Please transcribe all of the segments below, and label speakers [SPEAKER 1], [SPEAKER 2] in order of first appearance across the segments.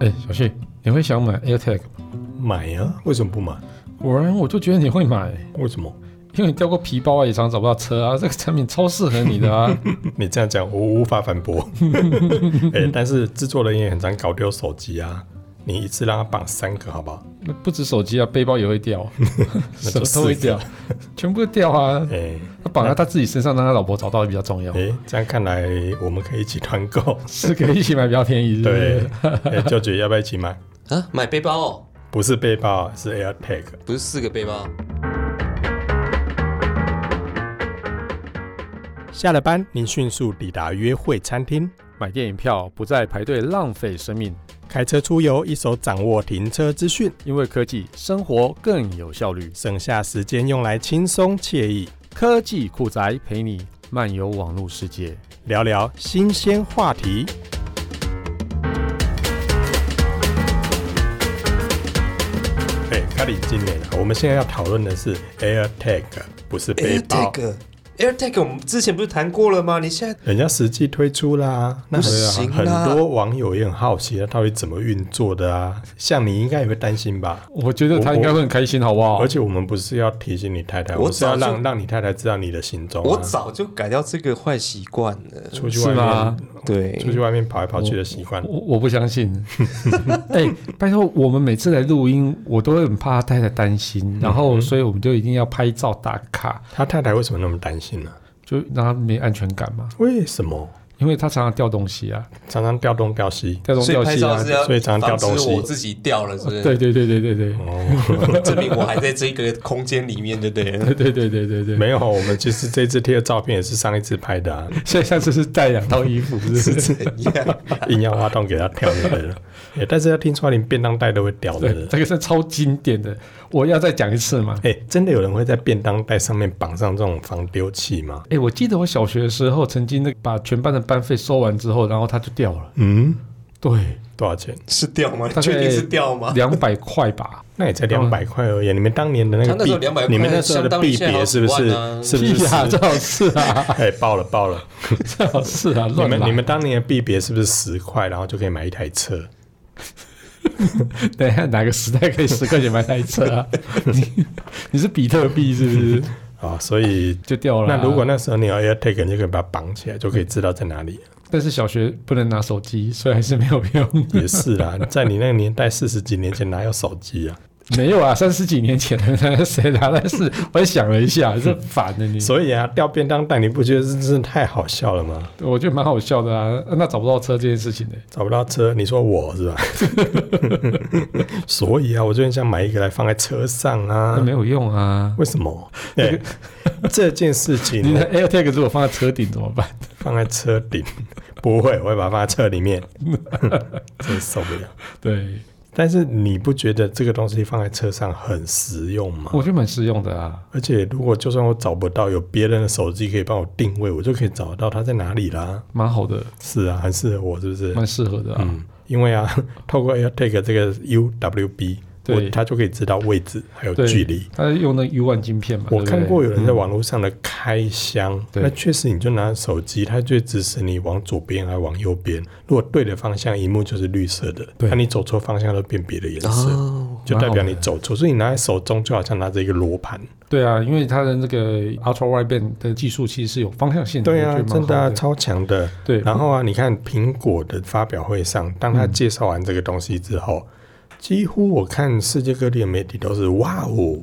[SPEAKER 1] 哎，小旭，你会想买 AirTag 吗？
[SPEAKER 2] 买呀、为什么不买？
[SPEAKER 1] 果然，我就觉得你会买，
[SPEAKER 2] 为什么？
[SPEAKER 1] 因为你掉过皮包啊，也常找不到车啊，这个产品超适合你的 啊。
[SPEAKER 2] 你这样讲，我无法反驳。哎、但是制作人也很常搞丢手机啊。你一次让他绑三个，好不好？
[SPEAKER 1] 那不止手机啊，背包也会 掉，
[SPEAKER 2] 那
[SPEAKER 1] 什
[SPEAKER 2] 就
[SPEAKER 1] 么都会
[SPEAKER 2] 四个
[SPEAKER 1] 掉， 全部都掉啊。
[SPEAKER 2] 哎、
[SPEAKER 1] 他绑在他自己身上，让他老婆找到比较重要
[SPEAKER 2] 哎、，这样看来我们可以一起团购。
[SPEAKER 1] 是可以一起买比较便宜。是不是
[SPEAKER 2] 对，，哎、舅舅要不要一起买？
[SPEAKER 3] 啊，买背包哦，
[SPEAKER 2] 不是背包，啊是 AirTag。
[SPEAKER 3] 不是四个背包。
[SPEAKER 2] 下了班，您迅速抵达约会餐厅，
[SPEAKER 1] 买电影票不再排队浪费生命，
[SPEAKER 2] 开车出游，一手掌握停车资讯，
[SPEAKER 1] 因为科技生活更有效率。
[SPEAKER 2] 省下时间用来轻松惬意
[SPEAKER 1] 科技酷宅陪你漫游网络世界。
[SPEAKER 2] 聊聊新鲜话题。哎，咖喱今年啊，我们现在要讨论的是 AirTag，不是背包。
[SPEAKER 3] AirTag，AirTag，我们之前不是谈过了吗？你现在
[SPEAKER 2] 人家实际推出啦，那
[SPEAKER 3] 不行啊
[SPEAKER 2] 很
[SPEAKER 3] 啦
[SPEAKER 2] 多网友也很好奇，它到底怎么运作的啊？像你应该也会担心吧？
[SPEAKER 1] 我觉得他应该会很开心，好不好
[SPEAKER 2] 而？且我们不是要提醒你太太，
[SPEAKER 3] 我
[SPEAKER 2] 我是要
[SPEAKER 3] 早就
[SPEAKER 2] 让让你太太知道你的行踪、啊。
[SPEAKER 3] 我早就改掉这个坏习惯了。
[SPEAKER 2] 出去
[SPEAKER 1] 是
[SPEAKER 2] 外
[SPEAKER 1] 吗
[SPEAKER 2] 面，
[SPEAKER 3] 对，
[SPEAKER 2] 出去外面跑来跑去的习惯。
[SPEAKER 1] 我我不相信。 哎、拜托，我们每次来录音，我都会很怕他太太担心，然
[SPEAKER 3] 嗯
[SPEAKER 1] 后所以我们就一定要拍照打卡，
[SPEAKER 2] 他太太为什么那么担心呢、
[SPEAKER 1] 就让他没安全感嘛。
[SPEAKER 2] 为什么
[SPEAKER 1] 因为他常常掉东西啊，
[SPEAKER 2] 常常掉东掉西？
[SPEAKER 1] 掉东
[SPEAKER 3] 所以
[SPEAKER 1] 掉
[SPEAKER 3] 拍
[SPEAKER 1] 西
[SPEAKER 3] 照
[SPEAKER 1] 啊
[SPEAKER 3] 是。要
[SPEAKER 2] 所以常常掉
[SPEAKER 3] 防止
[SPEAKER 2] 东西
[SPEAKER 3] 我自己掉了，是不是？
[SPEAKER 1] 对，对对对对对
[SPEAKER 2] 哦，
[SPEAKER 3] 证明我还在这个空间里面，对不对？
[SPEAKER 1] 对对对对对对。
[SPEAKER 2] 没有，我们其实这次贴的照片也是上一次拍的、 啊，
[SPEAKER 1] 所以下次是带两套衣服，是不是？
[SPEAKER 3] 怎样？
[SPEAKER 2] 硬要挖洞给他跳那个。哎但是要听说连便当袋都会掉 的
[SPEAKER 1] 对，。这个是超经典的，我要再讲一次嘛。
[SPEAKER 2] 哎、真的有人会在便当袋上面绑上这种防丢器吗？
[SPEAKER 1] 哎、我记得我小学的时候，曾经那个把全班的班费收完之后，然后他就掉了，
[SPEAKER 2] 嗯，
[SPEAKER 1] 对，
[SPEAKER 2] 多少钱？
[SPEAKER 3] 是掉
[SPEAKER 1] 大
[SPEAKER 3] 吗？你
[SPEAKER 1] 概
[SPEAKER 3] 确定是掉吗？
[SPEAKER 1] 两百块 吧。
[SPEAKER 2] 那也才两百块而已。你们当年的那
[SPEAKER 3] 他
[SPEAKER 2] 个
[SPEAKER 3] 那时候200
[SPEAKER 2] 币，
[SPEAKER 3] 块
[SPEAKER 2] 你们那时候
[SPEAKER 3] 相
[SPEAKER 2] 的
[SPEAKER 3] 当于
[SPEAKER 2] 币
[SPEAKER 3] 现在
[SPEAKER 2] 别
[SPEAKER 3] 好
[SPEAKER 2] 是不是
[SPEAKER 3] 几万啊
[SPEAKER 2] 是不
[SPEAKER 1] 屁
[SPEAKER 2] 是十？
[SPEAKER 1] 呀， 最好是啊，
[SPEAKER 2] 哎，爆了爆了！
[SPEAKER 1] 最好 是啊，
[SPEAKER 2] 你
[SPEAKER 1] 乱
[SPEAKER 2] 们
[SPEAKER 1] 来
[SPEAKER 2] 你们当年的币别是不是十块，然后就可以买一台车？
[SPEAKER 1] 等一下哪个时代可以十块钱买台车啊？ 你你是比特币是不是？
[SPEAKER 2] 啊、所以
[SPEAKER 1] 就掉了啊、
[SPEAKER 2] 那如果那时候你有 AirTag，你就可以把它绑起来，就可以知道在哪里。
[SPEAKER 1] 但是小学不能拿手机，所以还是没有用。
[SPEAKER 2] 也是啦，在你那个年代，四十几年前哪有手机啊？
[SPEAKER 1] 没有啊，三十几年前的 谁拿来是？我也想了一下，这烦的你，
[SPEAKER 2] 所以啊，掉便当袋，你不觉得这真的太好笑了吗？
[SPEAKER 1] 我觉得蛮好笑的啊。那找不到车这件事情呢、
[SPEAKER 2] 找不到车，你说我是吧？所以啊，我就很想买一个来放在车上
[SPEAKER 1] 那
[SPEAKER 2] 啊。
[SPEAKER 1] 没有用啊。
[SPEAKER 2] 为什么？哎，这件事情
[SPEAKER 1] 你的 AirTag 如果放在车顶怎么办？
[SPEAKER 2] 放在车顶，不会，我会把它放在车里面，真受不了。
[SPEAKER 1] 对，
[SPEAKER 2] 但是你不觉得这个东西放在车上很实用吗？
[SPEAKER 1] 我觉得蛮实用的啊。
[SPEAKER 2] 而且如果就算我找不到，有别人的手机可以帮我定位，我就可以找得到它在哪里啦。
[SPEAKER 1] 蛮好的，
[SPEAKER 2] 是啊，很适合我，是不是？
[SPEAKER 1] 蛮适合的啊。
[SPEAKER 2] 嗯，因为啊， 透过 AirTag 这个 UWB，
[SPEAKER 1] 对
[SPEAKER 2] 我它就可以知道位置还有
[SPEAKER 1] 对，
[SPEAKER 2] 距离。
[SPEAKER 1] 它用那 U 万晶片嘛，
[SPEAKER 2] 我看过
[SPEAKER 1] 对
[SPEAKER 2] 有人在网络上的开箱，
[SPEAKER 1] 对
[SPEAKER 2] 那确实你就拿手机，它就会指使你往左边还往右边。如果对的方向，荧幕就是绿色的；
[SPEAKER 1] 对
[SPEAKER 2] 那你走错方向，都变别的颜色，
[SPEAKER 3] 哦，
[SPEAKER 2] 就代表你走错。所以你拿在手中，就好像拿着一个罗盘。
[SPEAKER 1] 不对对啊，因为它的那个 Ultra Wideband 的技术其实是有方向性的，
[SPEAKER 2] 对
[SPEAKER 1] 我
[SPEAKER 2] 啊，
[SPEAKER 1] 觉得蛮
[SPEAKER 2] 真
[SPEAKER 1] 好
[SPEAKER 2] 的、啊、
[SPEAKER 1] 的，
[SPEAKER 2] 超强的。
[SPEAKER 1] 对，
[SPEAKER 2] 然后啊，你看苹果的发表会上，当他介绍完这个东西之后，几乎我看世界各地的媒体都是哇哦！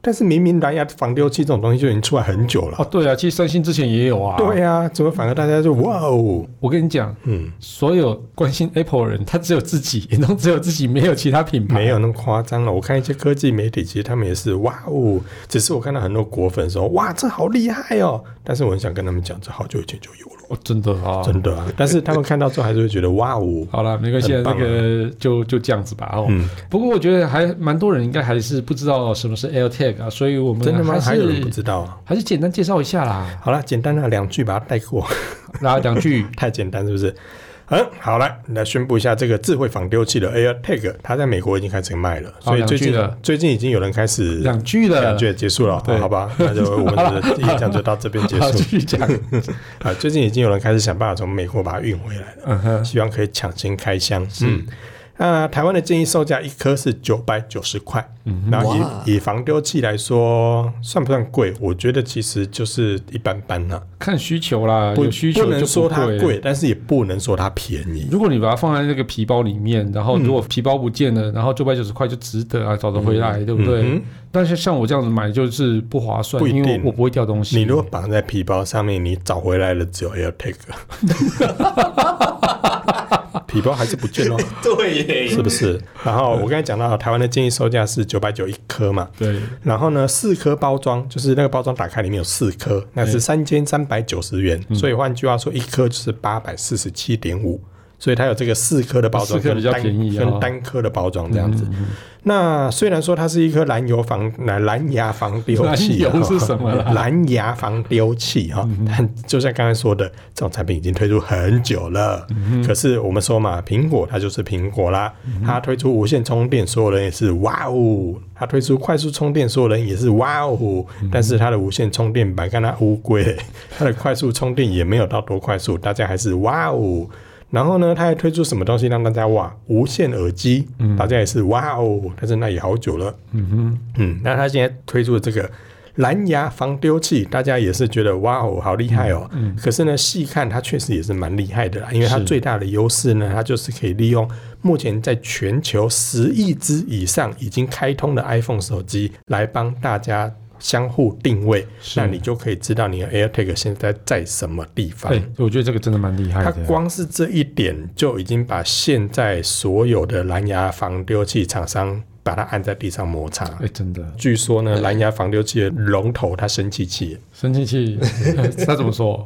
[SPEAKER 2] 但是明明蓝牙防丢器这种东西就已经出来很久了。
[SPEAKER 1] 哦，对啊，其实三星之前也有啊。
[SPEAKER 2] 对啊，怎么反而大家就哇哦？
[SPEAKER 1] 我跟你讲，
[SPEAKER 2] 嗯，
[SPEAKER 1] 所有关心 Apple 的人，他只有自己，眼中只有自己，没有其他品牌。
[SPEAKER 2] 没有那么夸张了。我看一些科技媒体，其实他们也是哇哦，只是我看到很多果粉说哇，这好厉害哦。但是我很想跟他们讲，这好久以前就有了，
[SPEAKER 1] 哦，真的啊。
[SPEAKER 2] 真的啊。但是他们看到之后还是会觉得 哇哦，
[SPEAKER 1] 好啦，没关系，
[SPEAKER 2] 很
[SPEAKER 1] 那
[SPEAKER 2] 棒啊
[SPEAKER 1] 个就就这样子吧。哦，
[SPEAKER 2] 嗯，
[SPEAKER 1] 不过我觉得还蛮多人应该还是不知道什么是 AirTag 啊，所以我们
[SPEAKER 2] 真的吗？还
[SPEAKER 1] 还
[SPEAKER 2] 有人不
[SPEAKER 1] 是
[SPEAKER 2] 知道啊？
[SPEAKER 1] 还是简单介绍一下啦，
[SPEAKER 2] 好了，简单的两句把它带过，
[SPEAKER 1] 然后两句
[SPEAKER 2] 太简单是不是？嗯，好了，来宣布一下这个智慧仿丢器的 AirTag，它在美国已经开始卖了，所以
[SPEAKER 1] 哦两
[SPEAKER 2] 最
[SPEAKER 1] 句
[SPEAKER 2] 近
[SPEAKER 1] 了
[SPEAKER 2] 最近已经有人开始
[SPEAKER 1] 两句的
[SPEAKER 2] 两句也结束了，
[SPEAKER 1] 对
[SPEAKER 2] 好吧？那就我们的演讲就到这边结
[SPEAKER 1] 好，继
[SPEAKER 2] 束
[SPEAKER 1] 续讲。
[SPEAKER 2] 啊。最近已经有人开始想办法从美国把它运回来了，
[SPEAKER 1] 嗯哼，
[SPEAKER 2] 希望可以抢先开箱。嗯，那台湾的建议售价一颗是九百九十块，
[SPEAKER 1] 嗯
[SPEAKER 2] 然后
[SPEAKER 3] 哇
[SPEAKER 2] 以以防丢器来说，算不算贵？我觉得其实就是一般般啦、
[SPEAKER 1] 看需求啦，
[SPEAKER 2] 不
[SPEAKER 1] 有需求
[SPEAKER 2] 不能
[SPEAKER 1] 就
[SPEAKER 2] 说它
[SPEAKER 1] 贵。
[SPEAKER 2] 贵，但啊是也不能说它便宜。
[SPEAKER 1] 如果你把它放在那个皮包里面，然后如果皮包不见了，然后九百九十块就值得啊，找得回来，对不对？
[SPEAKER 2] 嗯哼
[SPEAKER 1] 但是像我这样子买就是不划算，
[SPEAKER 2] 不一定
[SPEAKER 1] 因为我不会掉东西。
[SPEAKER 2] 你如果绑在皮包上面，你找回来了只有 AirTag，皮包还是不见哦，
[SPEAKER 3] 对耶，
[SPEAKER 2] 是不 是？然后我刚才讲到台湾的建议售价是九百九一颗嘛，
[SPEAKER 1] 对，
[SPEAKER 2] 然后呢，四颗包装，就是那个包装打开里面有四颗，那是三千三百九十元，
[SPEAKER 1] 嗯
[SPEAKER 2] 所以换句话说，一颗就是八百四十七点五，所以它有这个四颗的包装，
[SPEAKER 1] 四颗
[SPEAKER 2] 跟
[SPEAKER 1] 比较
[SPEAKER 2] 单
[SPEAKER 1] 便宜啊嗯
[SPEAKER 2] 跟单颗的包装这样子。那虽然说它是一颗蓝油防蓝蓝牙 防丢器啊，
[SPEAKER 1] 蓝油是什么啦
[SPEAKER 2] 蓝牙防丢器哈、但就像刚才说的，这种产品已经推出很久了。可是我们说嘛，苹果它就是苹果啦，它推出无线充电，所有人也是哇哦；它推出快速充电，所有人也是哇哦。但是它的无线充电板跟它乌龟， 它的快速充电也没有到多快速，大家还是哇哦。然后呢，它还推出什么东西让大家哇？无线耳机，大家也是哇哦，但是那也好久了。嗯，那他现在推出的这个蓝牙防丢器，大家也是觉得哇哦，好厉害哦。可是呢，细看它确实也是蛮厉害的啦，因为
[SPEAKER 1] 嗯
[SPEAKER 2] 它
[SPEAKER 1] 是
[SPEAKER 2] 最大的优势呢，它就是可以利用目前在全球十亿只以上已经开通的 iPhone 手机来帮大家。相互定位，
[SPEAKER 1] 是
[SPEAKER 2] 那你就可以知道你的 AirTag 现在在什么地方。
[SPEAKER 1] 哎，我觉得这个真的蛮厉害
[SPEAKER 2] 它
[SPEAKER 1] 的。
[SPEAKER 2] 光是这一点就已经把现在所有的蓝牙防丢器厂商把它按在地上摩擦。
[SPEAKER 1] 哎，真的，
[SPEAKER 2] 据说呢，蓝牙防丢器的龙头它生气气，
[SPEAKER 1] 生气 气，他怎么说？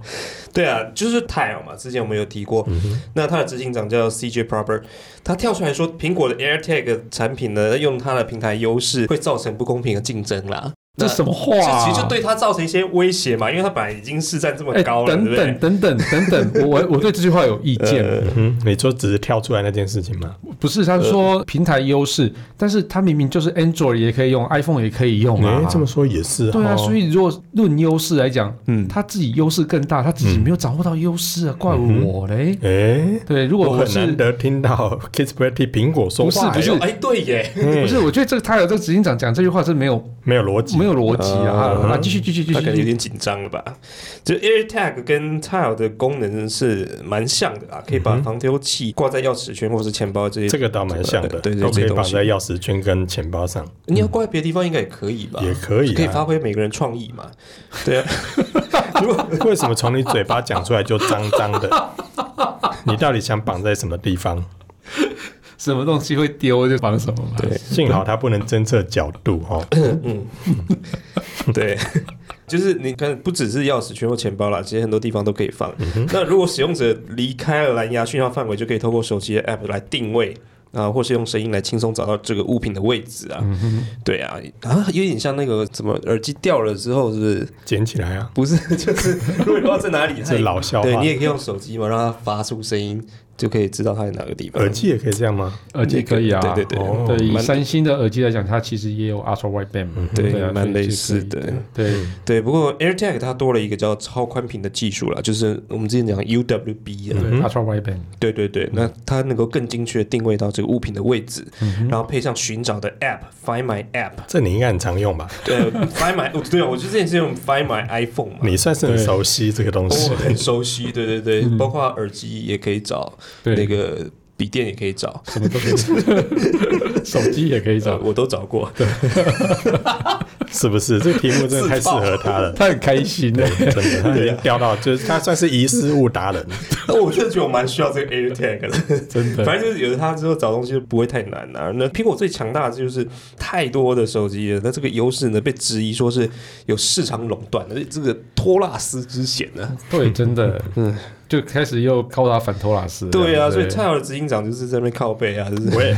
[SPEAKER 3] 对啊，就是 Tile 嘛，之前我们有提过。那他的执行长叫 CJ Proper，他跳出来说，苹果的 AirTag 产品呢，用它的平台优势会造成不公平的竞争啦。
[SPEAKER 1] 这什么话啊？
[SPEAKER 3] 这其实就对他造成一些威胁嘛，因为他本来已经市占这么
[SPEAKER 1] 哎，
[SPEAKER 3] 高了，对
[SPEAKER 1] 等
[SPEAKER 3] 不对
[SPEAKER 1] 等？等等等 等，我我我对这句话有意见。
[SPEAKER 2] 嗯，你说只是跳出来那件事情吗？
[SPEAKER 1] 不是，他说平台优势，但是他明明就是 Android 也可以用，iPhone 也可以
[SPEAKER 3] 哦
[SPEAKER 1] 用
[SPEAKER 2] 哎、
[SPEAKER 1] 啊。
[SPEAKER 2] 这么说也是
[SPEAKER 1] 对啊，
[SPEAKER 2] 哦
[SPEAKER 1] 所以如果论优势来讲，
[SPEAKER 3] 嗯
[SPEAKER 1] 嗯，他自己优势更大，他自己没有掌握到优势啊，怪
[SPEAKER 3] 嗯
[SPEAKER 1] 我嘞。
[SPEAKER 2] 哎、
[SPEAKER 1] 对，如果
[SPEAKER 2] 我
[SPEAKER 1] 我
[SPEAKER 2] 很
[SPEAKER 1] 是
[SPEAKER 2] 难得 听到 Kiss Pretty 苹果说话、
[SPEAKER 1] 不是不
[SPEAKER 3] 哎呦
[SPEAKER 1] 是
[SPEAKER 3] 哎，对耶，
[SPEAKER 1] 不是，我觉得这个他有这个执行长讲这句话是没有
[SPEAKER 2] 没有逻辑，
[SPEAKER 1] 没有逻辑啊。
[SPEAKER 3] 嗯啊
[SPEAKER 1] 好，那继续继续继
[SPEAKER 3] 他
[SPEAKER 1] 续
[SPEAKER 3] 可
[SPEAKER 1] 继
[SPEAKER 3] 能
[SPEAKER 1] 续。
[SPEAKER 3] 有点紧张了吧？就 AirTag 跟 Tile 的功能是蛮像的啊，可以把防丢器挂在钥匙圈或是钱包这些。
[SPEAKER 2] 这个倒蛮像的，
[SPEAKER 3] 对对
[SPEAKER 2] 都可
[SPEAKER 3] 这
[SPEAKER 2] 以
[SPEAKER 3] 些东
[SPEAKER 2] 绑
[SPEAKER 3] 西
[SPEAKER 2] 在钥匙圈跟钱包上，
[SPEAKER 3] 你要挂在别的地方应该也可以吧？
[SPEAKER 2] 也可以、啊，
[SPEAKER 3] 可以发挥每个人创意嘛？对啊，如果
[SPEAKER 2] 为什么从你嘴巴讲出来就脏脏的？ 你到底想绑在什么地方？
[SPEAKER 1] 什么东西会丢就绑什么嘛。
[SPEAKER 3] 对
[SPEAKER 2] 幸好它不能侦测角度哦。
[SPEAKER 3] 对，就是你看，不只是钥匙圈或钱包啦，其实很多地方都可以放。
[SPEAKER 2] 嗯
[SPEAKER 3] 那如果使用者离开了蓝牙讯号范围，就可以透过手机的 App 来定位。啊，或是用声音来轻松找到这个物品的位置啊，
[SPEAKER 2] 嗯
[SPEAKER 3] 对啊，啊，有点像那个怎么耳机掉了之后，是不是？
[SPEAKER 2] 捡起来啊！
[SPEAKER 3] 不是，就是 如果你不知道在哪里，
[SPEAKER 2] 这 老笑话
[SPEAKER 3] 对你也可以用手机嘛，让它发出声音，就可以知道它在哪个地方。
[SPEAKER 2] 耳机也可以这样吗？
[SPEAKER 1] 耳机可以啊，
[SPEAKER 3] 对对对
[SPEAKER 1] 哦
[SPEAKER 2] 哦
[SPEAKER 1] 对，以
[SPEAKER 3] 蛮
[SPEAKER 1] 三星的耳机来讲，它其实也有 Ultra Wideband，嘛
[SPEAKER 3] 对
[SPEAKER 1] 啊
[SPEAKER 3] 蛮
[SPEAKER 1] 所以
[SPEAKER 3] 类
[SPEAKER 1] 是
[SPEAKER 3] 似
[SPEAKER 1] 可以
[SPEAKER 3] 的。
[SPEAKER 1] 对，
[SPEAKER 3] 对，不过 AirTag 它多了一个叫超宽频的技术啦，就是我们之前讲的 UWB 啊。
[SPEAKER 1] 对 Ultra Wideband，
[SPEAKER 3] 对对对，那它能够更精确地定位到这个物品的位置，
[SPEAKER 1] 嗯
[SPEAKER 3] 然后配上寻找的 App Find My App。
[SPEAKER 2] 这你应该很常用吧？
[SPEAKER 3] 对 ，Find My，哦对啊，我就之前是用 Find My iPhone 嘛。
[SPEAKER 2] 你算是很熟悉这个东西
[SPEAKER 3] 我。很熟悉，对对对，包括耳机也可以找，
[SPEAKER 1] 嗯对
[SPEAKER 3] 那个笔电也可以找，
[SPEAKER 1] 什么都可以，手机也可以
[SPEAKER 3] 呃
[SPEAKER 1] 找，
[SPEAKER 3] 我都找过。
[SPEAKER 2] 是不是？这个题目真的太适合他了，
[SPEAKER 1] 他很开心的。
[SPEAKER 2] 真的，他已经掉到，就是他算是遗失物达人。
[SPEAKER 3] 那我真的觉得我蛮需要这个 AirTag 的，
[SPEAKER 1] 真的
[SPEAKER 3] 反正就是有了它之后找东西就不会太难了、那苹果最强大的就是太多的手机了，那这个优势呢被质疑说是有市场垄断的这个托拉斯之嫌啊呢、
[SPEAKER 1] 对，真的，嗯，就开始又高达反托拉斯了。
[SPEAKER 3] 对啊，
[SPEAKER 1] 不
[SPEAKER 3] 所以蔡尔的执行长就是在那边靠背啊，就是
[SPEAKER 2] 喂，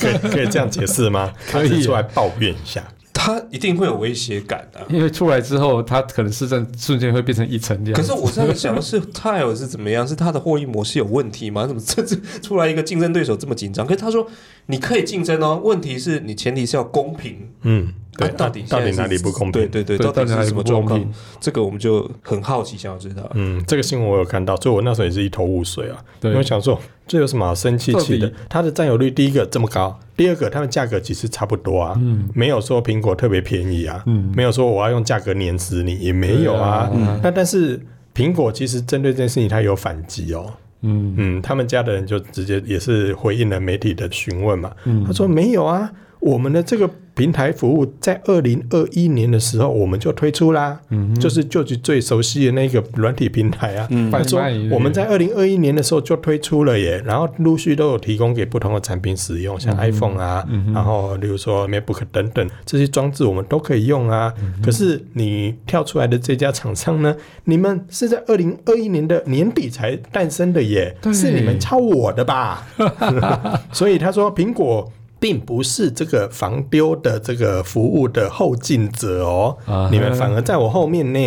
[SPEAKER 2] 可以可以这样解释吗？他
[SPEAKER 3] 啊
[SPEAKER 1] 可以
[SPEAKER 2] 只出来抱怨一下，
[SPEAKER 3] 他一定会有威胁感啊。
[SPEAKER 1] 因为出来之后，他可能市政瞬间会变成一层这样。
[SPEAKER 3] 可是我在想的是，泰尔是怎么样？是他的获利模式有问题吗？怎么这这出来一个竞争对手这么紧张？可是他说你可以竞争哦，问题是你前提是要公平，
[SPEAKER 2] 嗯，对，
[SPEAKER 3] 到底
[SPEAKER 2] 到底
[SPEAKER 3] 现在
[SPEAKER 2] 哪
[SPEAKER 3] 是
[SPEAKER 2] 里不公平？
[SPEAKER 3] 对对对，
[SPEAKER 1] 对
[SPEAKER 3] 到底
[SPEAKER 1] 到底哪
[SPEAKER 3] 是
[SPEAKER 1] 里
[SPEAKER 3] 什么
[SPEAKER 1] 不公
[SPEAKER 3] 状况
[SPEAKER 1] 平？
[SPEAKER 3] 这个我们就很好奇，想要知道。
[SPEAKER 2] 嗯，这个新闻我有看到，所以我那时候也是一头雾水啊。
[SPEAKER 1] 对
[SPEAKER 2] 因为想说这有什么好生气气
[SPEAKER 1] 到
[SPEAKER 2] 的
[SPEAKER 1] 底？
[SPEAKER 2] 它的占有率第一个这么高，第二个它的价格其实差不多啊，
[SPEAKER 3] 嗯
[SPEAKER 2] 没有说苹果特别便宜啊，没有说我要用价格碾死你，也没有啊。
[SPEAKER 1] 对
[SPEAKER 2] 那但是苹果其实针对这件事情，它有反击哦。
[SPEAKER 1] 嗯
[SPEAKER 2] 嗯，他们家的人就直接也是回应了媒体的询问嘛，他说没有啊，我们的这个平台服务在二零二一年的时候我们就推出啦，就是就是最熟悉的那个软体平台啊，
[SPEAKER 3] 嗯
[SPEAKER 2] 他说
[SPEAKER 1] 贩卖
[SPEAKER 2] 我们在二零二一年的时候就推出了耶，然后陆续都有提供给不同的产品使用，
[SPEAKER 1] 嗯
[SPEAKER 2] 像 iPhone 啊，然后例如说 MacBook 等等这些装置我们都可以用啊，
[SPEAKER 1] 嗯
[SPEAKER 2] 可是你跳出来的这家厂商呢，你们是在二零二一年的年底才诞生的耶，
[SPEAKER 1] 对
[SPEAKER 2] 是你们抄我的 吧？所以他说苹果。并不是这个防丢的这个服务的后进者哦
[SPEAKER 1] 啊哈
[SPEAKER 2] 你们反而在我后面呢，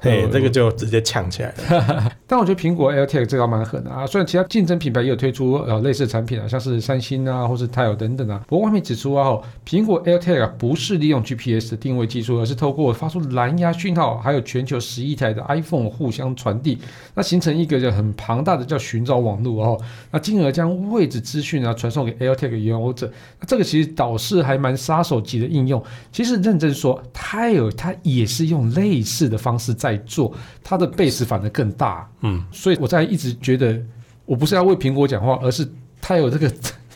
[SPEAKER 2] 嘿
[SPEAKER 1] 哦，
[SPEAKER 2] 这个就直接呛起来了。
[SPEAKER 1] 但我觉得苹果 AirTag 这个蛮狠的啊，虽然其他竞争品牌也有推出呃类似的产品啊，像是三星啊或是 t i l 等等啊，不过外面指出啊，哦苹果 AirTag 啊不是利用 GPS 的定位技术，而是透过发出蓝牙讯号，还有全球十一台的 iPhone 互相传递，那形成一个就很庞大的叫寻找网络哦，那进而将位置资讯啊传送给 AirTag 拥有者，那这个其实导是还蛮杀手级的应用。其实认真说，泰尔它也是用类似的方式在做，它的 base 反而更大。
[SPEAKER 2] 嗯，
[SPEAKER 1] 所以我在一直觉得，我不是要为苹果讲话，而是泰尔这个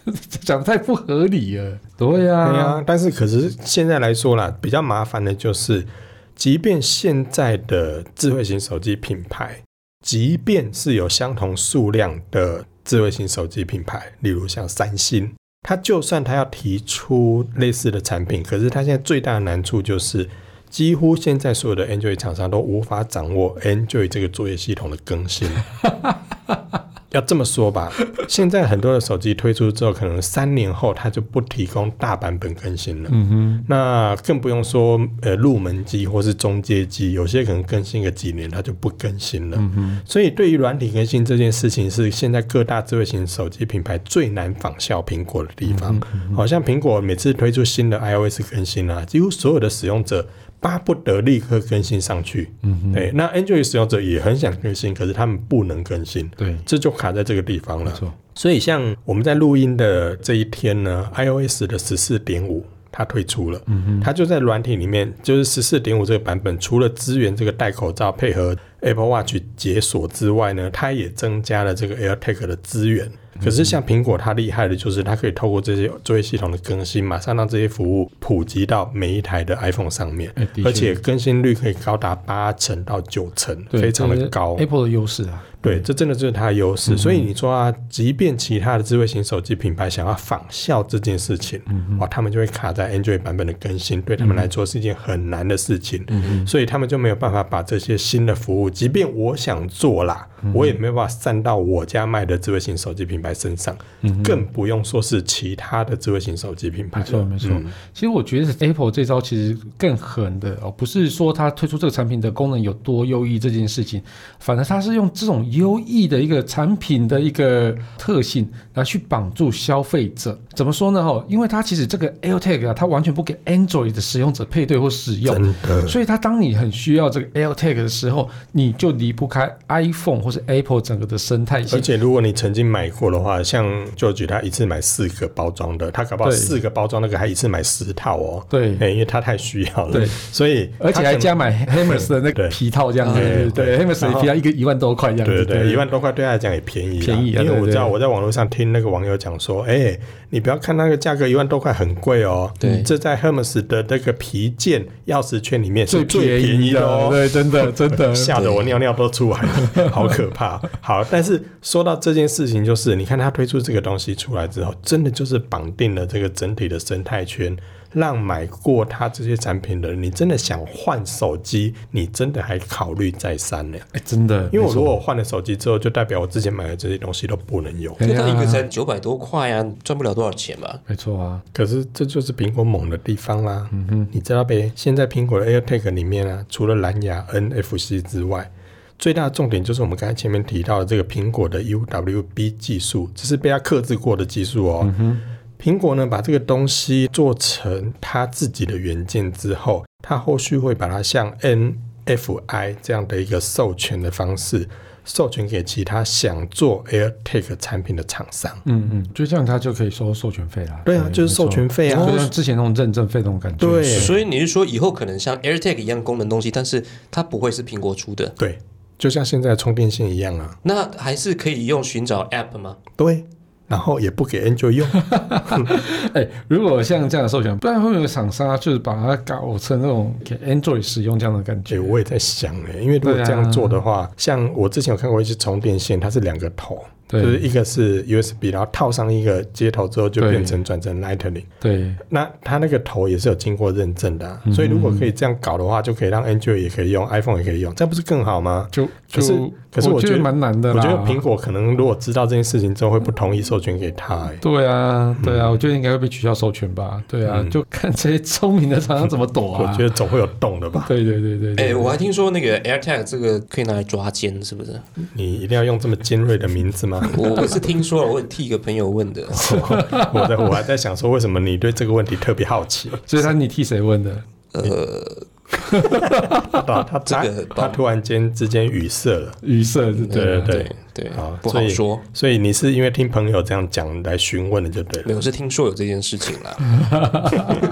[SPEAKER 1] 讲得太不合理了。对呀、
[SPEAKER 2] 对啊，但是可是现在来说啦，比较麻烦的就是，即便现在的智慧型手机品牌，即便是有相同数量的智慧型手机品牌，例如像三星，它就算它要提出类似的产品，可是它现在最大的难处就是。几乎现在所有的 Android 厂商都无法掌握 Android 这个作业系统的更新。要这么说吧， 现在很多的手机推出之后，可能三年后它就不提供大版本更新了。
[SPEAKER 1] 嗯哼，
[SPEAKER 2] 那更不用说呃入门机或是中阶机，有些可能更新个几年它就不更新了。
[SPEAKER 1] 嗯
[SPEAKER 2] 所以对于软体更新这件事情，是现在各大智慧型手机品牌最难仿效苹果的地
[SPEAKER 1] 嗯
[SPEAKER 2] 方。好像苹果每次推出新的 iOS 更新啊，几乎所有的使用者巴不得立刻更新上去。嗯、对，那 Android 使用者也很想更新，可是他们不能更新。
[SPEAKER 1] 对，
[SPEAKER 2] 这就卡在这个地方
[SPEAKER 1] 没。
[SPEAKER 2] 了
[SPEAKER 1] 错，
[SPEAKER 2] 所以，像我们在录音的这一天呢，iOS 的十四点五它推出了，
[SPEAKER 1] 嗯
[SPEAKER 2] 它就在软体里面，就是十四点五这个版本，除了支援这个戴口罩配合 Apple Watch 解锁之外呢，它也增加了这个 AirTag 的资源。
[SPEAKER 1] 嗯
[SPEAKER 2] 可是像苹果，它厉害的就是它可以透过这些作业系统的更新，马上让这些服务普及到每一台的 iPhone 上面
[SPEAKER 1] 哎的，确
[SPEAKER 2] 而且更新率可以高达八成到九成，
[SPEAKER 1] 对，
[SPEAKER 2] 非常
[SPEAKER 1] 这
[SPEAKER 2] 的
[SPEAKER 1] 是
[SPEAKER 2] 高。
[SPEAKER 1] Apple 的优势啊。
[SPEAKER 2] 对，这真的就是它的优势。
[SPEAKER 1] 嗯
[SPEAKER 2] 所以你说啊，即便其他的智慧型手机品牌想要仿效这件事情，
[SPEAKER 1] 嗯
[SPEAKER 2] 哇，他们就会卡在 Android 版本的更新，对他们来说是一件很难的事情。
[SPEAKER 1] 嗯
[SPEAKER 2] 所以他们就没有办法把这些新的服务，即便我想做啦，
[SPEAKER 1] 嗯
[SPEAKER 2] 我也没有办法散到我家卖的智慧型手机品牌身上，更不用说是其他的智慧型手机品
[SPEAKER 1] 嗯
[SPEAKER 2] 牌
[SPEAKER 1] 没错，
[SPEAKER 2] 了。
[SPEAKER 1] 没错。其实我觉得 Apple 这招其实更狠的哦，不是说它推出这个产品的功能有多优异这件事情，反而它是用这种优异的一个产品的一个特性来去绑住消费者。怎么说呢？哦，因为它其实这个 AirTag 啊，它完全不给 Android 的使用者配对或使用，
[SPEAKER 2] 真的，
[SPEAKER 1] 所以它当你很需要这个 AirTag 的时候，你就离不开 iPhone 或是 Apple 整个的生态系
[SPEAKER 2] 而且如果你曾经买过的话，像就举他一次买四个包装的，他搞不好
[SPEAKER 1] 对
[SPEAKER 2] 四个包装那个还一次买十套哦。
[SPEAKER 1] 对
[SPEAKER 2] 哎因为他太需要了。
[SPEAKER 1] 对
[SPEAKER 2] 所以
[SPEAKER 1] 而且
[SPEAKER 2] 他可
[SPEAKER 1] 还
[SPEAKER 2] 能
[SPEAKER 1] 加买 Hammers 的那
[SPEAKER 2] 对
[SPEAKER 1] 个皮套这样子，
[SPEAKER 2] 对
[SPEAKER 1] 对对，Hammers
[SPEAKER 2] 然
[SPEAKER 1] 的
[SPEAKER 2] 后
[SPEAKER 1] 皮套一个一万多块这样
[SPEAKER 2] 对
[SPEAKER 1] 子，
[SPEAKER 2] 对对，一万多块对他来讲也便宜啦，
[SPEAKER 1] 便宜啊
[SPEAKER 2] 因为
[SPEAKER 1] 对
[SPEAKER 2] 我知道
[SPEAKER 1] 对
[SPEAKER 2] 我在网络上听那个网友讲说，哎、你不要看那个价格一万多块很贵哦，
[SPEAKER 3] 对
[SPEAKER 2] 这在 Hermes 的那个皮件钥匙圈里面是
[SPEAKER 1] 最
[SPEAKER 2] 最
[SPEAKER 1] 便
[SPEAKER 2] 便
[SPEAKER 1] 宜
[SPEAKER 2] 宜的哦。，
[SPEAKER 1] 对，真的真的
[SPEAKER 2] 吓得我尿尿都出来了，好可怕。好，但是说到这件事情，就是你看他推出这个东西出来之后，真的就是绑定了这个整体的生态圈，让买过他这些产品的人，你真的想换手机，你真的还考虑再三呢。
[SPEAKER 1] 哎，真的，
[SPEAKER 2] 因为我如果换了手机之后，就代表我之前买的这些东西都不能用。
[SPEAKER 1] 哎
[SPEAKER 3] 因为
[SPEAKER 1] 呀
[SPEAKER 3] 它一个才九百多块啊，赚不了多少钱吧？
[SPEAKER 1] 没错啊，
[SPEAKER 2] 可是这就是苹果猛的地方啦。嗯哼，你知道呗？现在苹果的 AirTag 里面啊，除了蓝牙 NFC 之外，最大的重点就是我们刚才前面提到的这个苹果的 UWB 技术，这是被它克制过的技术哦。苹果呢，把这个东西做成它自己的元件之后，它后续会把它像 NFI 这样的一个授权的方式，授权给其他想做 AirTag 产品的厂商。
[SPEAKER 1] 嗯嗯，就这样他就可以收授权费啦。
[SPEAKER 2] 对啊，就是授权费
[SPEAKER 1] 费
[SPEAKER 2] 啊。
[SPEAKER 1] 就像之前那种认证费那种感觉。
[SPEAKER 2] 对
[SPEAKER 3] 所以你是说以后可能像 AirTag 一样功能东西，但是它不会是苹果出的，
[SPEAKER 2] 对，就像现在的充电线一样啊。
[SPEAKER 3] 那还是可以用寻找 App 吗？
[SPEAKER 2] 对，然后也不给 Android 用。
[SPEAKER 1] 哎、如果像这样的授权，不然会不会有厂商啊就是把它搞成那种给 Android 使用这样的感
[SPEAKER 2] 哎、
[SPEAKER 1] 觉？
[SPEAKER 2] 我也在想哎、因为如果
[SPEAKER 1] 对啊
[SPEAKER 2] 这样做的话，像我之前有看过一些充电线，它是两个头，就
[SPEAKER 1] 对
[SPEAKER 2] 是一个是 USB，然后套上一个接头之后就
[SPEAKER 1] 对
[SPEAKER 2] 变成转成 Lightning。
[SPEAKER 1] 对，
[SPEAKER 2] 那它那个头也是有经过认证的啊、
[SPEAKER 1] 嗯
[SPEAKER 2] 所以如果可以这样搞的话，就可以让 Android 也可以用，iPhone 也可以用，这样不是更好吗？
[SPEAKER 1] 就
[SPEAKER 2] 可是
[SPEAKER 1] 就
[SPEAKER 2] 可是我
[SPEAKER 1] 我
[SPEAKER 2] 觉
[SPEAKER 1] 得
[SPEAKER 2] 得
[SPEAKER 1] 蛮难的
[SPEAKER 2] 我
[SPEAKER 1] 啦。
[SPEAKER 2] 觉得苹果可能如果知道这件事情之后，会不同意授权给他、欸。
[SPEAKER 1] 对啊，对
[SPEAKER 2] 嗯
[SPEAKER 1] 啊，我觉得应该会被取消授权吧。对啊，就看这些聪明的厂商怎么躲
[SPEAKER 2] 我
[SPEAKER 1] 啊。
[SPEAKER 2] 觉得总会有洞的吧？
[SPEAKER 1] 对对对对
[SPEAKER 3] 哎、
[SPEAKER 1] 对，
[SPEAKER 3] 我还听说那个 AirTag 这个可以拿来抓奸，是 不是？
[SPEAKER 2] 你一定要用这么尖锐的名字吗？
[SPEAKER 3] 我我是听说了，我也替一个朋友问的。
[SPEAKER 2] 我在我还在想说，为什么你对这个问题特别好 奇？
[SPEAKER 1] 所以他你替谁问的？
[SPEAKER 3] 呃，
[SPEAKER 2] 啊，他
[SPEAKER 3] 这
[SPEAKER 2] 他
[SPEAKER 3] 个
[SPEAKER 2] 他突然间之间语塞了。
[SPEAKER 1] 预设是对
[SPEAKER 2] 对
[SPEAKER 3] 对对
[SPEAKER 2] 好，
[SPEAKER 3] 不
[SPEAKER 2] 所
[SPEAKER 3] 好
[SPEAKER 2] 以
[SPEAKER 3] 说。
[SPEAKER 2] 所以你是因为听朋友这样讲来询问的，就对
[SPEAKER 3] 没
[SPEAKER 2] 了。
[SPEAKER 3] 有，我是听说有这件事情 啦，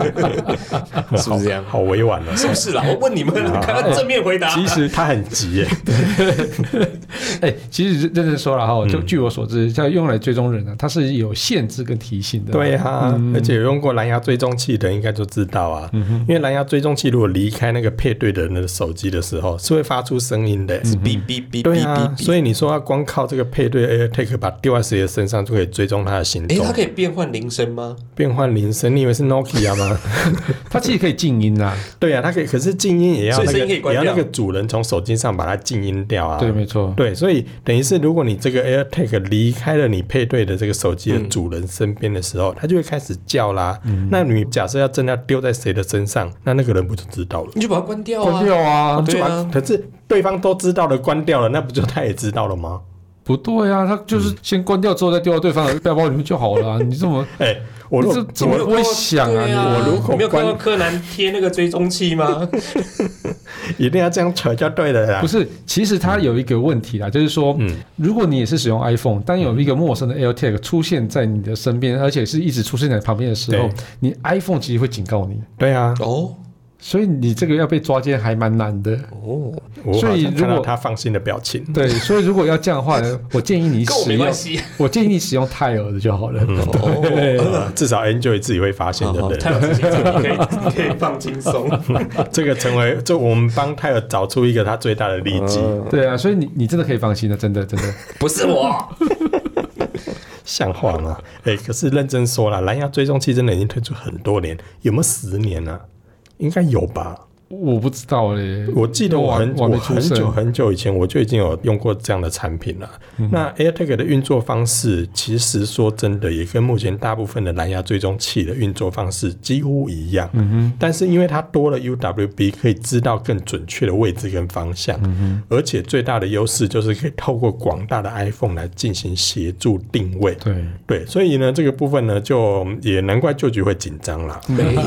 [SPEAKER 3] 是不是这样？
[SPEAKER 2] 好委婉哦。
[SPEAKER 3] 不 是啊啦，我问你们，看看正面回答。
[SPEAKER 2] 其实他很急 耶，
[SPEAKER 1] 哎、其实认真说了哈，
[SPEAKER 2] 嗯
[SPEAKER 1] 就据我所知，像用来追踪人呢、它是有限制跟提醒的。
[SPEAKER 2] 对啊，
[SPEAKER 3] 嗯
[SPEAKER 2] 而且有用过蓝牙追踪器的应该就知道啊，因为蓝牙追踪器如果离开那个配对的人的手机的时候，是会发出声音的。
[SPEAKER 3] 嗯
[SPEAKER 2] 嗯
[SPEAKER 3] 哔哔哔
[SPEAKER 2] 对
[SPEAKER 3] 哔
[SPEAKER 2] 啊
[SPEAKER 3] 哔，哔。
[SPEAKER 2] 所以你说要光靠这个配对 AirTag 把它丢在谁的身上就可以追踪他的行
[SPEAKER 3] 哎，它
[SPEAKER 2] 踪，
[SPEAKER 3] 可以变换铃声吗？
[SPEAKER 2] 变换铃声，你以为是 Nokia 吗？
[SPEAKER 1] 它其实可以静音啦。
[SPEAKER 2] 对啊，它可以，可是静音也要
[SPEAKER 3] 所以
[SPEAKER 2] 那
[SPEAKER 3] 声
[SPEAKER 2] 个，
[SPEAKER 3] 音可以关
[SPEAKER 2] 也要那
[SPEAKER 3] 掉
[SPEAKER 2] 个主人从手机上把它静音掉啊。
[SPEAKER 1] 对，没错。
[SPEAKER 2] 对，所以等于是，如果你这个 AirTag 离开了你配对的这个手机
[SPEAKER 1] 嗯
[SPEAKER 2] 的主人身边的时候，它就会开始叫啦。那你假设要真的要丢在谁的身上，那那个人不就知道了？
[SPEAKER 3] 你就把它关掉啊
[SPEAKER 1] 关。掉啊！
[SPEAKER 3] 对啊
[SPEAKER 2] 就把可是对方都知道了，关掉了，那不就他也知道了吗？
[SPEAKER 1] 不对啊，它就是
[SPEAKER 2] 嗯
[SPEAKER 1] 先关掉之后再丢到对方的背包里面就好了啊、你这么
[SPEAKER 2] 哎、我
[SPEAKER 1] 你
[SPEAKER 2] 如
[SPEAKER 1] 这
[SPEAKER 2] 果
[SPEAKER 1] 怎么不会想啊？
[SPEAKER 3] 对
[SPEAKER 1] 你
[SPEAKER 3] 啊，
[SPEAKER 1] 我
[SPEAKER 2] 如果
[SPEAKER 3] 你没有看
[SPEAKER 2] 关
[SPEAKER 3] 到柯南贴那个追踪器吗？
[SPEAKER 2] 一定要这样扯就对了
[SPEAKER 3] 哎
[SPEAKER 2] 啦
[SPEAKER 1] 不。是，其实它有一个问题啦，就是说，
[SPEAKER 2] 嗯
[SPEAKER 1] 如果你也是使用 iPhone，当有一个陌
[SPEAKER 3] 嗯
[SPEAKER 1] 生的 AirTag 出现在你的身边，而且是一直出现在旁边的时候
[SPEAKER 2] 对，
[SPEAKER 1] 你 iPhone 其实会警告你，
[SPEAKER 2] 对啊，
[SPEAKER 3] 哦
[SPEAKER 1] 所以你这个要被抓奸还蛮难的。
[SPEAKER 3] 哦，
[SPEAKER 2] 我好
[SPEAKER 1] 所以
[SPEAKER 2] 像看
[SPEAKER 1] 如
[SPEAKER 2] 到
[SPEAKER 1] 果
[SPEAKER 2] 他放心的表情。
[SPEAKER 1] 对，所以如果要这样的话 呢，我建议你
[SPEAKER 3] 跟我
[SPEAKER 1] 使
[SPEAKER 3] 没
[SPEAKER 1] 用，
[SPEAKER 3] 关系。嗯
[SPEAKER 1] 我建议你使用泰尔的就好了。
[SPEAKER 3] 哦，
[SPEAKER 2] 呃至少 Enjoy 自己会发现，
[SPEAKER 3] 好
[SPEAKER 2] 对不
[SPEAKER 3] 好，
[SPEAKER 2] 对？
[SPEAKER 3] 哦太有自信了，你可以你可以放轻松。
[SPEAKER 2] 这个成为，就我们帮泰尔找出一个他最大的利基。
[SPEAKER 1] 对啊，所以你你真的可以放心了，真的真的。
[SPEAKER 3] 不是我，
[SPEAKER 2] 像话吗？哎、可是认真说了，蓝牙追踪器真的已经推出很多年，有没有十年啊？应该有吧。
[SPEAKER 1] 我不知道嘞，
[SPEAKER 2] 我记得我很
[SPEAKER 1] 我还
[SPEAKER 2] 我
[SPEAKER 1] 没
[SPEAKER 2] 很
[SPEAKER 1] 出生
[SPEAKER 2] 久很久以前我就已经有用过这样的产品了。
[SPEAKER 1] 嗯
[SPEAKER 2] 那 AirTag 的运作方式，其实说真的，也跟目前大部分的蓝牙追踪器的运作方式几乎一样。
[SPEAKER 1] 嗯
[SPEAKER 2] 但是因为它多了 UWB，可以知道更准确的位置跟方
[SPEAKER 1] 嗯
[SPEAKER 2] 向，而且最大的优势就是可以透过广大的 iPhone 来进行协助定位。
[SPEAKER 1] 对，
[SPEAKER 2] 对，所以呢，这个部分呢，就嗯也难怪旧局会紧张啦。
[SPEAKER 3] 没有。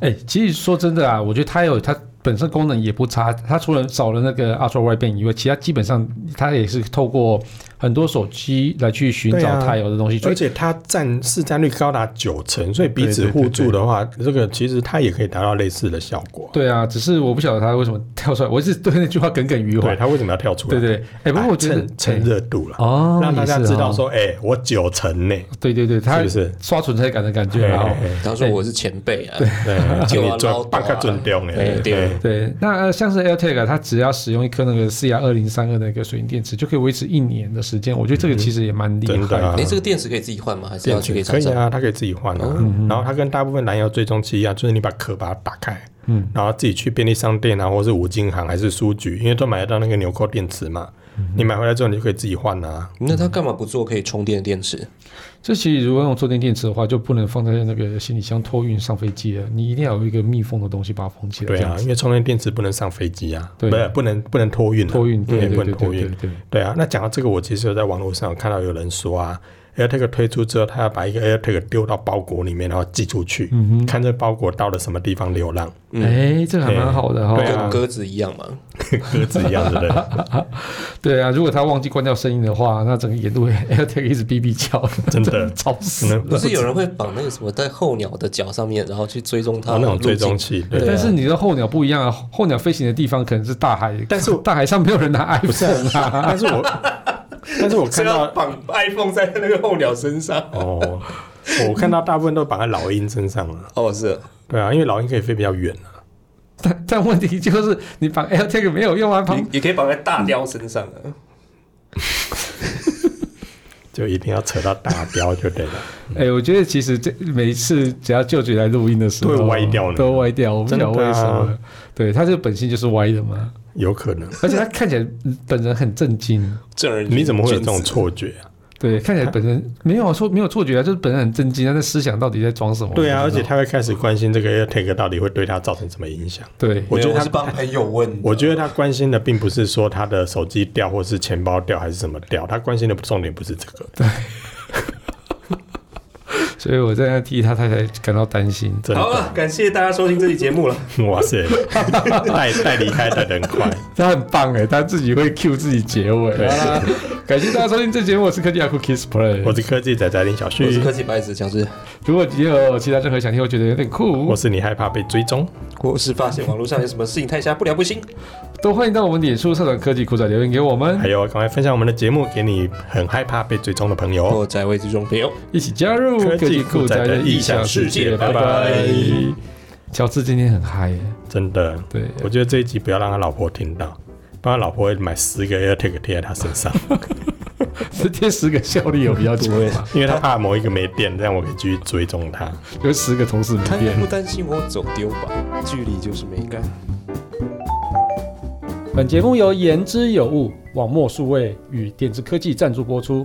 [SPEAKER 1] 哎、其实说真的啊，我觉得它有它本身功能也不差，它除了少了那个 Ultra Wideband 以外，其他基本上它也是透过很多手机来去寻
[SPEAKER 2] 对
[SPEAKER 1] 找
[SPEAKER 2] 啊
[SPEAKER 1] 它有的东西。
[SPEAKER 2] 而
[SPEAKER 1] 所以
[SPEAKER 2] 且它占市占率高达九成，所以彼此
[SPEAKER 1] 对对对
[SPEAKER 2] 互助的话，这个其实它也可以达到类似的效果。
[SPEAKER 1] 对啊，只是我不晓得它为什么跳出来，我一直对那句话耿耿于
[SPEAKER 2] 对，
[SPEAKER 1] 怀。
[SPEAKER 2] 它为什么要跳出来？
[SPEAKER 1] 对对，对哎、不
[SPEAKER 2] 来
[SPEAKER 1] 过我觉得
[SPEAKER 2] 趁趁热度了，
[SPEAKER 1] 哎哦，
[SPEAKER 2] 让大家
[SPEAKER 1] 也是
[SPEAKER 2] 知
[SPEAKER 1] 哦
[SPEAKER 2] 道，说，哎、我九成呢，
[SPEAKER 1] 对对对，它
[SPEAKER 2] 是不是？
[SPEAKER 1] 刷存在感的感觉
[SPEAKER 2] 对
[SPEAKER 1] 啊。哦
[SPEAKER 3] 他说我是前辈啊，
[SPEAKER 2] 对，请
[SPEAKER 3] 就
[SPEAKER 2] 你
[SPEAKER 3] 要
[SPEAKER 2] 做
[SPEAKER 3] 唠叨
[SPEAKER 2] 半个
[SPEAKER 3] 啊
[SPEAKER 2] 尊重呢。
[SPEAKER 3] 对对
[SPEAKER 1] 对，那呃像是 AirTag，啊它只要使用一颗那个 CR 二零三二那个水银电池，就可以维持一年的时间。我觉得这个其实也蛮厉
[SPEAKER 2] 嗯真
[SPEAKER 1] 害
[SPEAKER 2] 的啊
[SPEAKER 3] 哎，这个电池可以自己换吗？还是要
[SPEAKER 2] 电
[SPEAKER 3] 去
[SPEAKER 2] 池
[SPEAKER 3] 给
[SPEAKER 2] 可
[SPEAKER 3] 厂
[SPEAKER 2] 以
[SPEAKER 3] 商？
[SPEAKER 2] 啊，它可以自己换
[SPEAKER 1] 嗯
[SPEAKER 2] 啊。然后它跟大部分蓝牙追踪器一样，就是你把壳把它打开，嗯，然后自己去便利商店啊，或是五金行还是书局，因为都买得到那个纽扣电池嘛。
[SPEAKER 1] 嗯
[SPEAKER 2] 你买回来之后，你就可以自己换啊。
[SPEAKER 3] 那他干嘛不做可以充电的电池？
[SPEAKER 1] 这其实如果用坐垫电池的话，就不能放在那个行李箱托运上飞机了，你一定要有一个密封的东西把它封起来，
[SPEAKER 2] 对
[SPEAKER 1] 这样
[SPEAKER 2] 啊，因为充电电池不能上飞机啊，
[SPEAKER 1] 对
[SPEAKER 2] 不是不能不能托运啊、
[SPEAKER 1] 托运，对
[SPEAKER 2] 也
[SPEAKER 1] 对
[SPEAKER 2] 不
[SPEAKER 1] 对
[SPEAKER 2] 能
[SPEAKER 1] 对
[SPEAKER 2] 托
[SPEAKER 1] 对
[SPEAKER 2] 运。
[SPEAKER 1] 对，
[SPEAKER 2] 对啊，那讲到这个，我其实有在网络上有看到有人说啊，哎、 AirTag 推出之后，它要把一个 AirTag 丢到包裹里面，然后寄出去，嗯、看这包裹到了什么地方流浪，
[SPEAKER 1] 哎、这个还蛮好的哈、
[SPEAKER 2] 嗯对啊
[SPEAKER 3] 跟鸽子一样嘛。
[SPEAKER 2] 鸽子一样 的人。
[SPEAKER 1] 对啊，如果他忘记关掉声音的话，那整个沿路 AirTag 一直哔哔叫，
[SPEAKER 2] 真的
[SPEAKER 1] 吵
[SPEAKER 2] 可
[SPEAKER 1] 死。
[SPEAKER 2] 能
[SPEAKER 3] 不是有人会绑那个什么在候鸟的脚上面，然后去追踪它
[SPEAKER 2] 哦那种追
[SPEAKER 3] 路
[SPEAKER 2] 踪
[SPEAKER 3] 径。
[SPEAKER 2] 器，
[SPEAKER 1] 对，
[SPEAKER 2] 对，
[SPEAKER 1] 但是你的候鸟不一样啊，候鸟飞行的地方可能是大海，
[SPEAKER 2] 但是我
[SPEAKER 1] 大海上没有人拿 iPhone 啊。
[SPEAKER 2] 但是我，但是我看
[SPEAKER 3] 是
[SPEAKER 2] 到
[SPEAKER 3] 要绑 iPhone 在那个候鸟身上？
[SPEAKER 2] 哦，我看到大部分都绑在老鹰身上了。
[SPEAKER 3] 哦，是
[SPEAKER 2] 对啊，因为老鹰可以飞比较远啊。
[SPEAKER 1] 但但问题就是你绑 AirTag 没有用啊，
[SPEAKER 3] 也
[SPEAKER 1] 旁
[SPEAKER 3] 也可以绑在大雕身上啊。
[SPEAKER 2] 就一定要扯到大标就对了，
[SPEAKER 1] 哎、我觉得其实这每次只要舅舅来录音的时候，
[SPEAKER 2] 都会歪掉呢
[SPEAKER 1] 都歪掉，我不
[SPEAKER 2] 真的
[SPEAKER 1] 晓
[SPEAKER 2] 啊
[SPEAKER 1] 得为什么。对，他这个本性就是歪的 嘛，
[SPEAKER 2] 有可能。
[SPEAKER 1] 而且他看起来本人很震惊。
[SPEAKER 3] 正人君
[SPEAKER 2] 你怎么会有这种
[SPEAKER 3] 君子
[SPEAKER 2] 错觉啊？
[SPEAKER 1] 对，看起来本人没有错，没有错觉啊，就是本人很震惊，他的思想到底在装什么？
[SPEAKER 2] 对啊，
[SPEAKER 1] 我
[SPEAKER 2] 而
[SPEAKER 1] 不知
[SPEAKER 2] 且
[SPEAKER 1] 道
[SPEAKER 2] 他会开始关心这个 AirTag 到底会对他造成什么影响。
[SPEAKER 1] 对
[SPEAKER 2] 我觉得
[SPEAKER 3] 没有
[SPEAKER 2] 他
[SPEAKER 3] 是帮朋友问的，
[SPEAKER 2] 我觉得他关心的并不是说他的手机掉，或是钱包掉，还是什么掉，他关心的重点不是这 个，
[SPEAKER 1] 所以我在那替他太太感到担心。
[SPEAKER 2] 真
[SPEAKER 3] 好了，感谢大家收听这期节目了。
[SPEAKER 2] 的，哇 塞，带带离开的人快，
[SPEAKER 1] 他很棒哎，他自己会 Q 自己结尾。好 啦感谢大家收听这节目，我是科技阿酷 Kiss Play。
[SPEAKER 2] 我是科技仔仔林小旭
[SPEAKER 3] 我，是科技白子强志，
[SPEAKER 1] 如果你有其他任何想听，我觉得有点酷
[SPEAKER 2] 我，是你害怕被追踪，
[SPEAKER 3] 我是发现网络上有什么事情太瞎不聊不行。
[SPEAKER 1] 都欢迎到我们脸书社团科技酷仔留言给我们，
[SPEAKER 2] 还有赶快分享我们的节目给你很害怕被追踪的朋友哦。
[SPEAKER 3] 我在位置中朋友，
[SPEAKER 1] 一起加入
[SPEAKER 2] 科技
[SPEAKER 1] 酷仔的异想世界。拜拜
[SPEAKER 2] 拜拜。
[SPEAKER 1] 乔治今天很嗨耶，
[SPEAKER 2] 真的，
[SPEAKER 1] 对
[SPEAKER 2] 我觉得这一集不要让他老婆听到，不然他老婆会买十个 AirTag 贴在他身上，
[SPEAKER 1] 这贴十个效力有比较久吗？
[SPEAKER 2] 因为他怕某一个没电，这样我可以继续追踪他。
[SPEAKER 1] 有十个同事没
[SPEAKER 3] 他应该
[SPEAKER 1] 变
[SPEAKER 3] 不。担心我走丢吧？距离就是美感。
[SPEAKER 1] 本节目由言之有物、网墨数位与点子科技赞助播出，